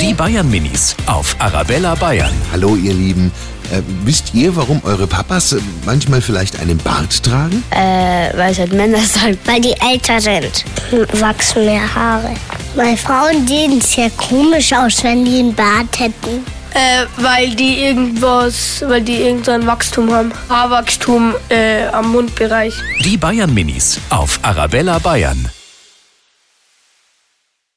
Die Bayern Minis auf Arabella Bayern. Hallo ihr Lieben, äh, wisst ihr, warum eure Papas äh, manchmal vielleicht einen Bart tragen? Äh, weil es halt Männer sind. Weil die älter sind, Hm, wachsen mehr Haare. Bei Frauen sehen es ja komisch aus, wenn die einen Bart hätten. Äh, weil die irgendwas, weil die irgendein Wachstum haben. Haarwachstum äh, am Mundbereich. Die Bayern Minis auf Arabella Bayern.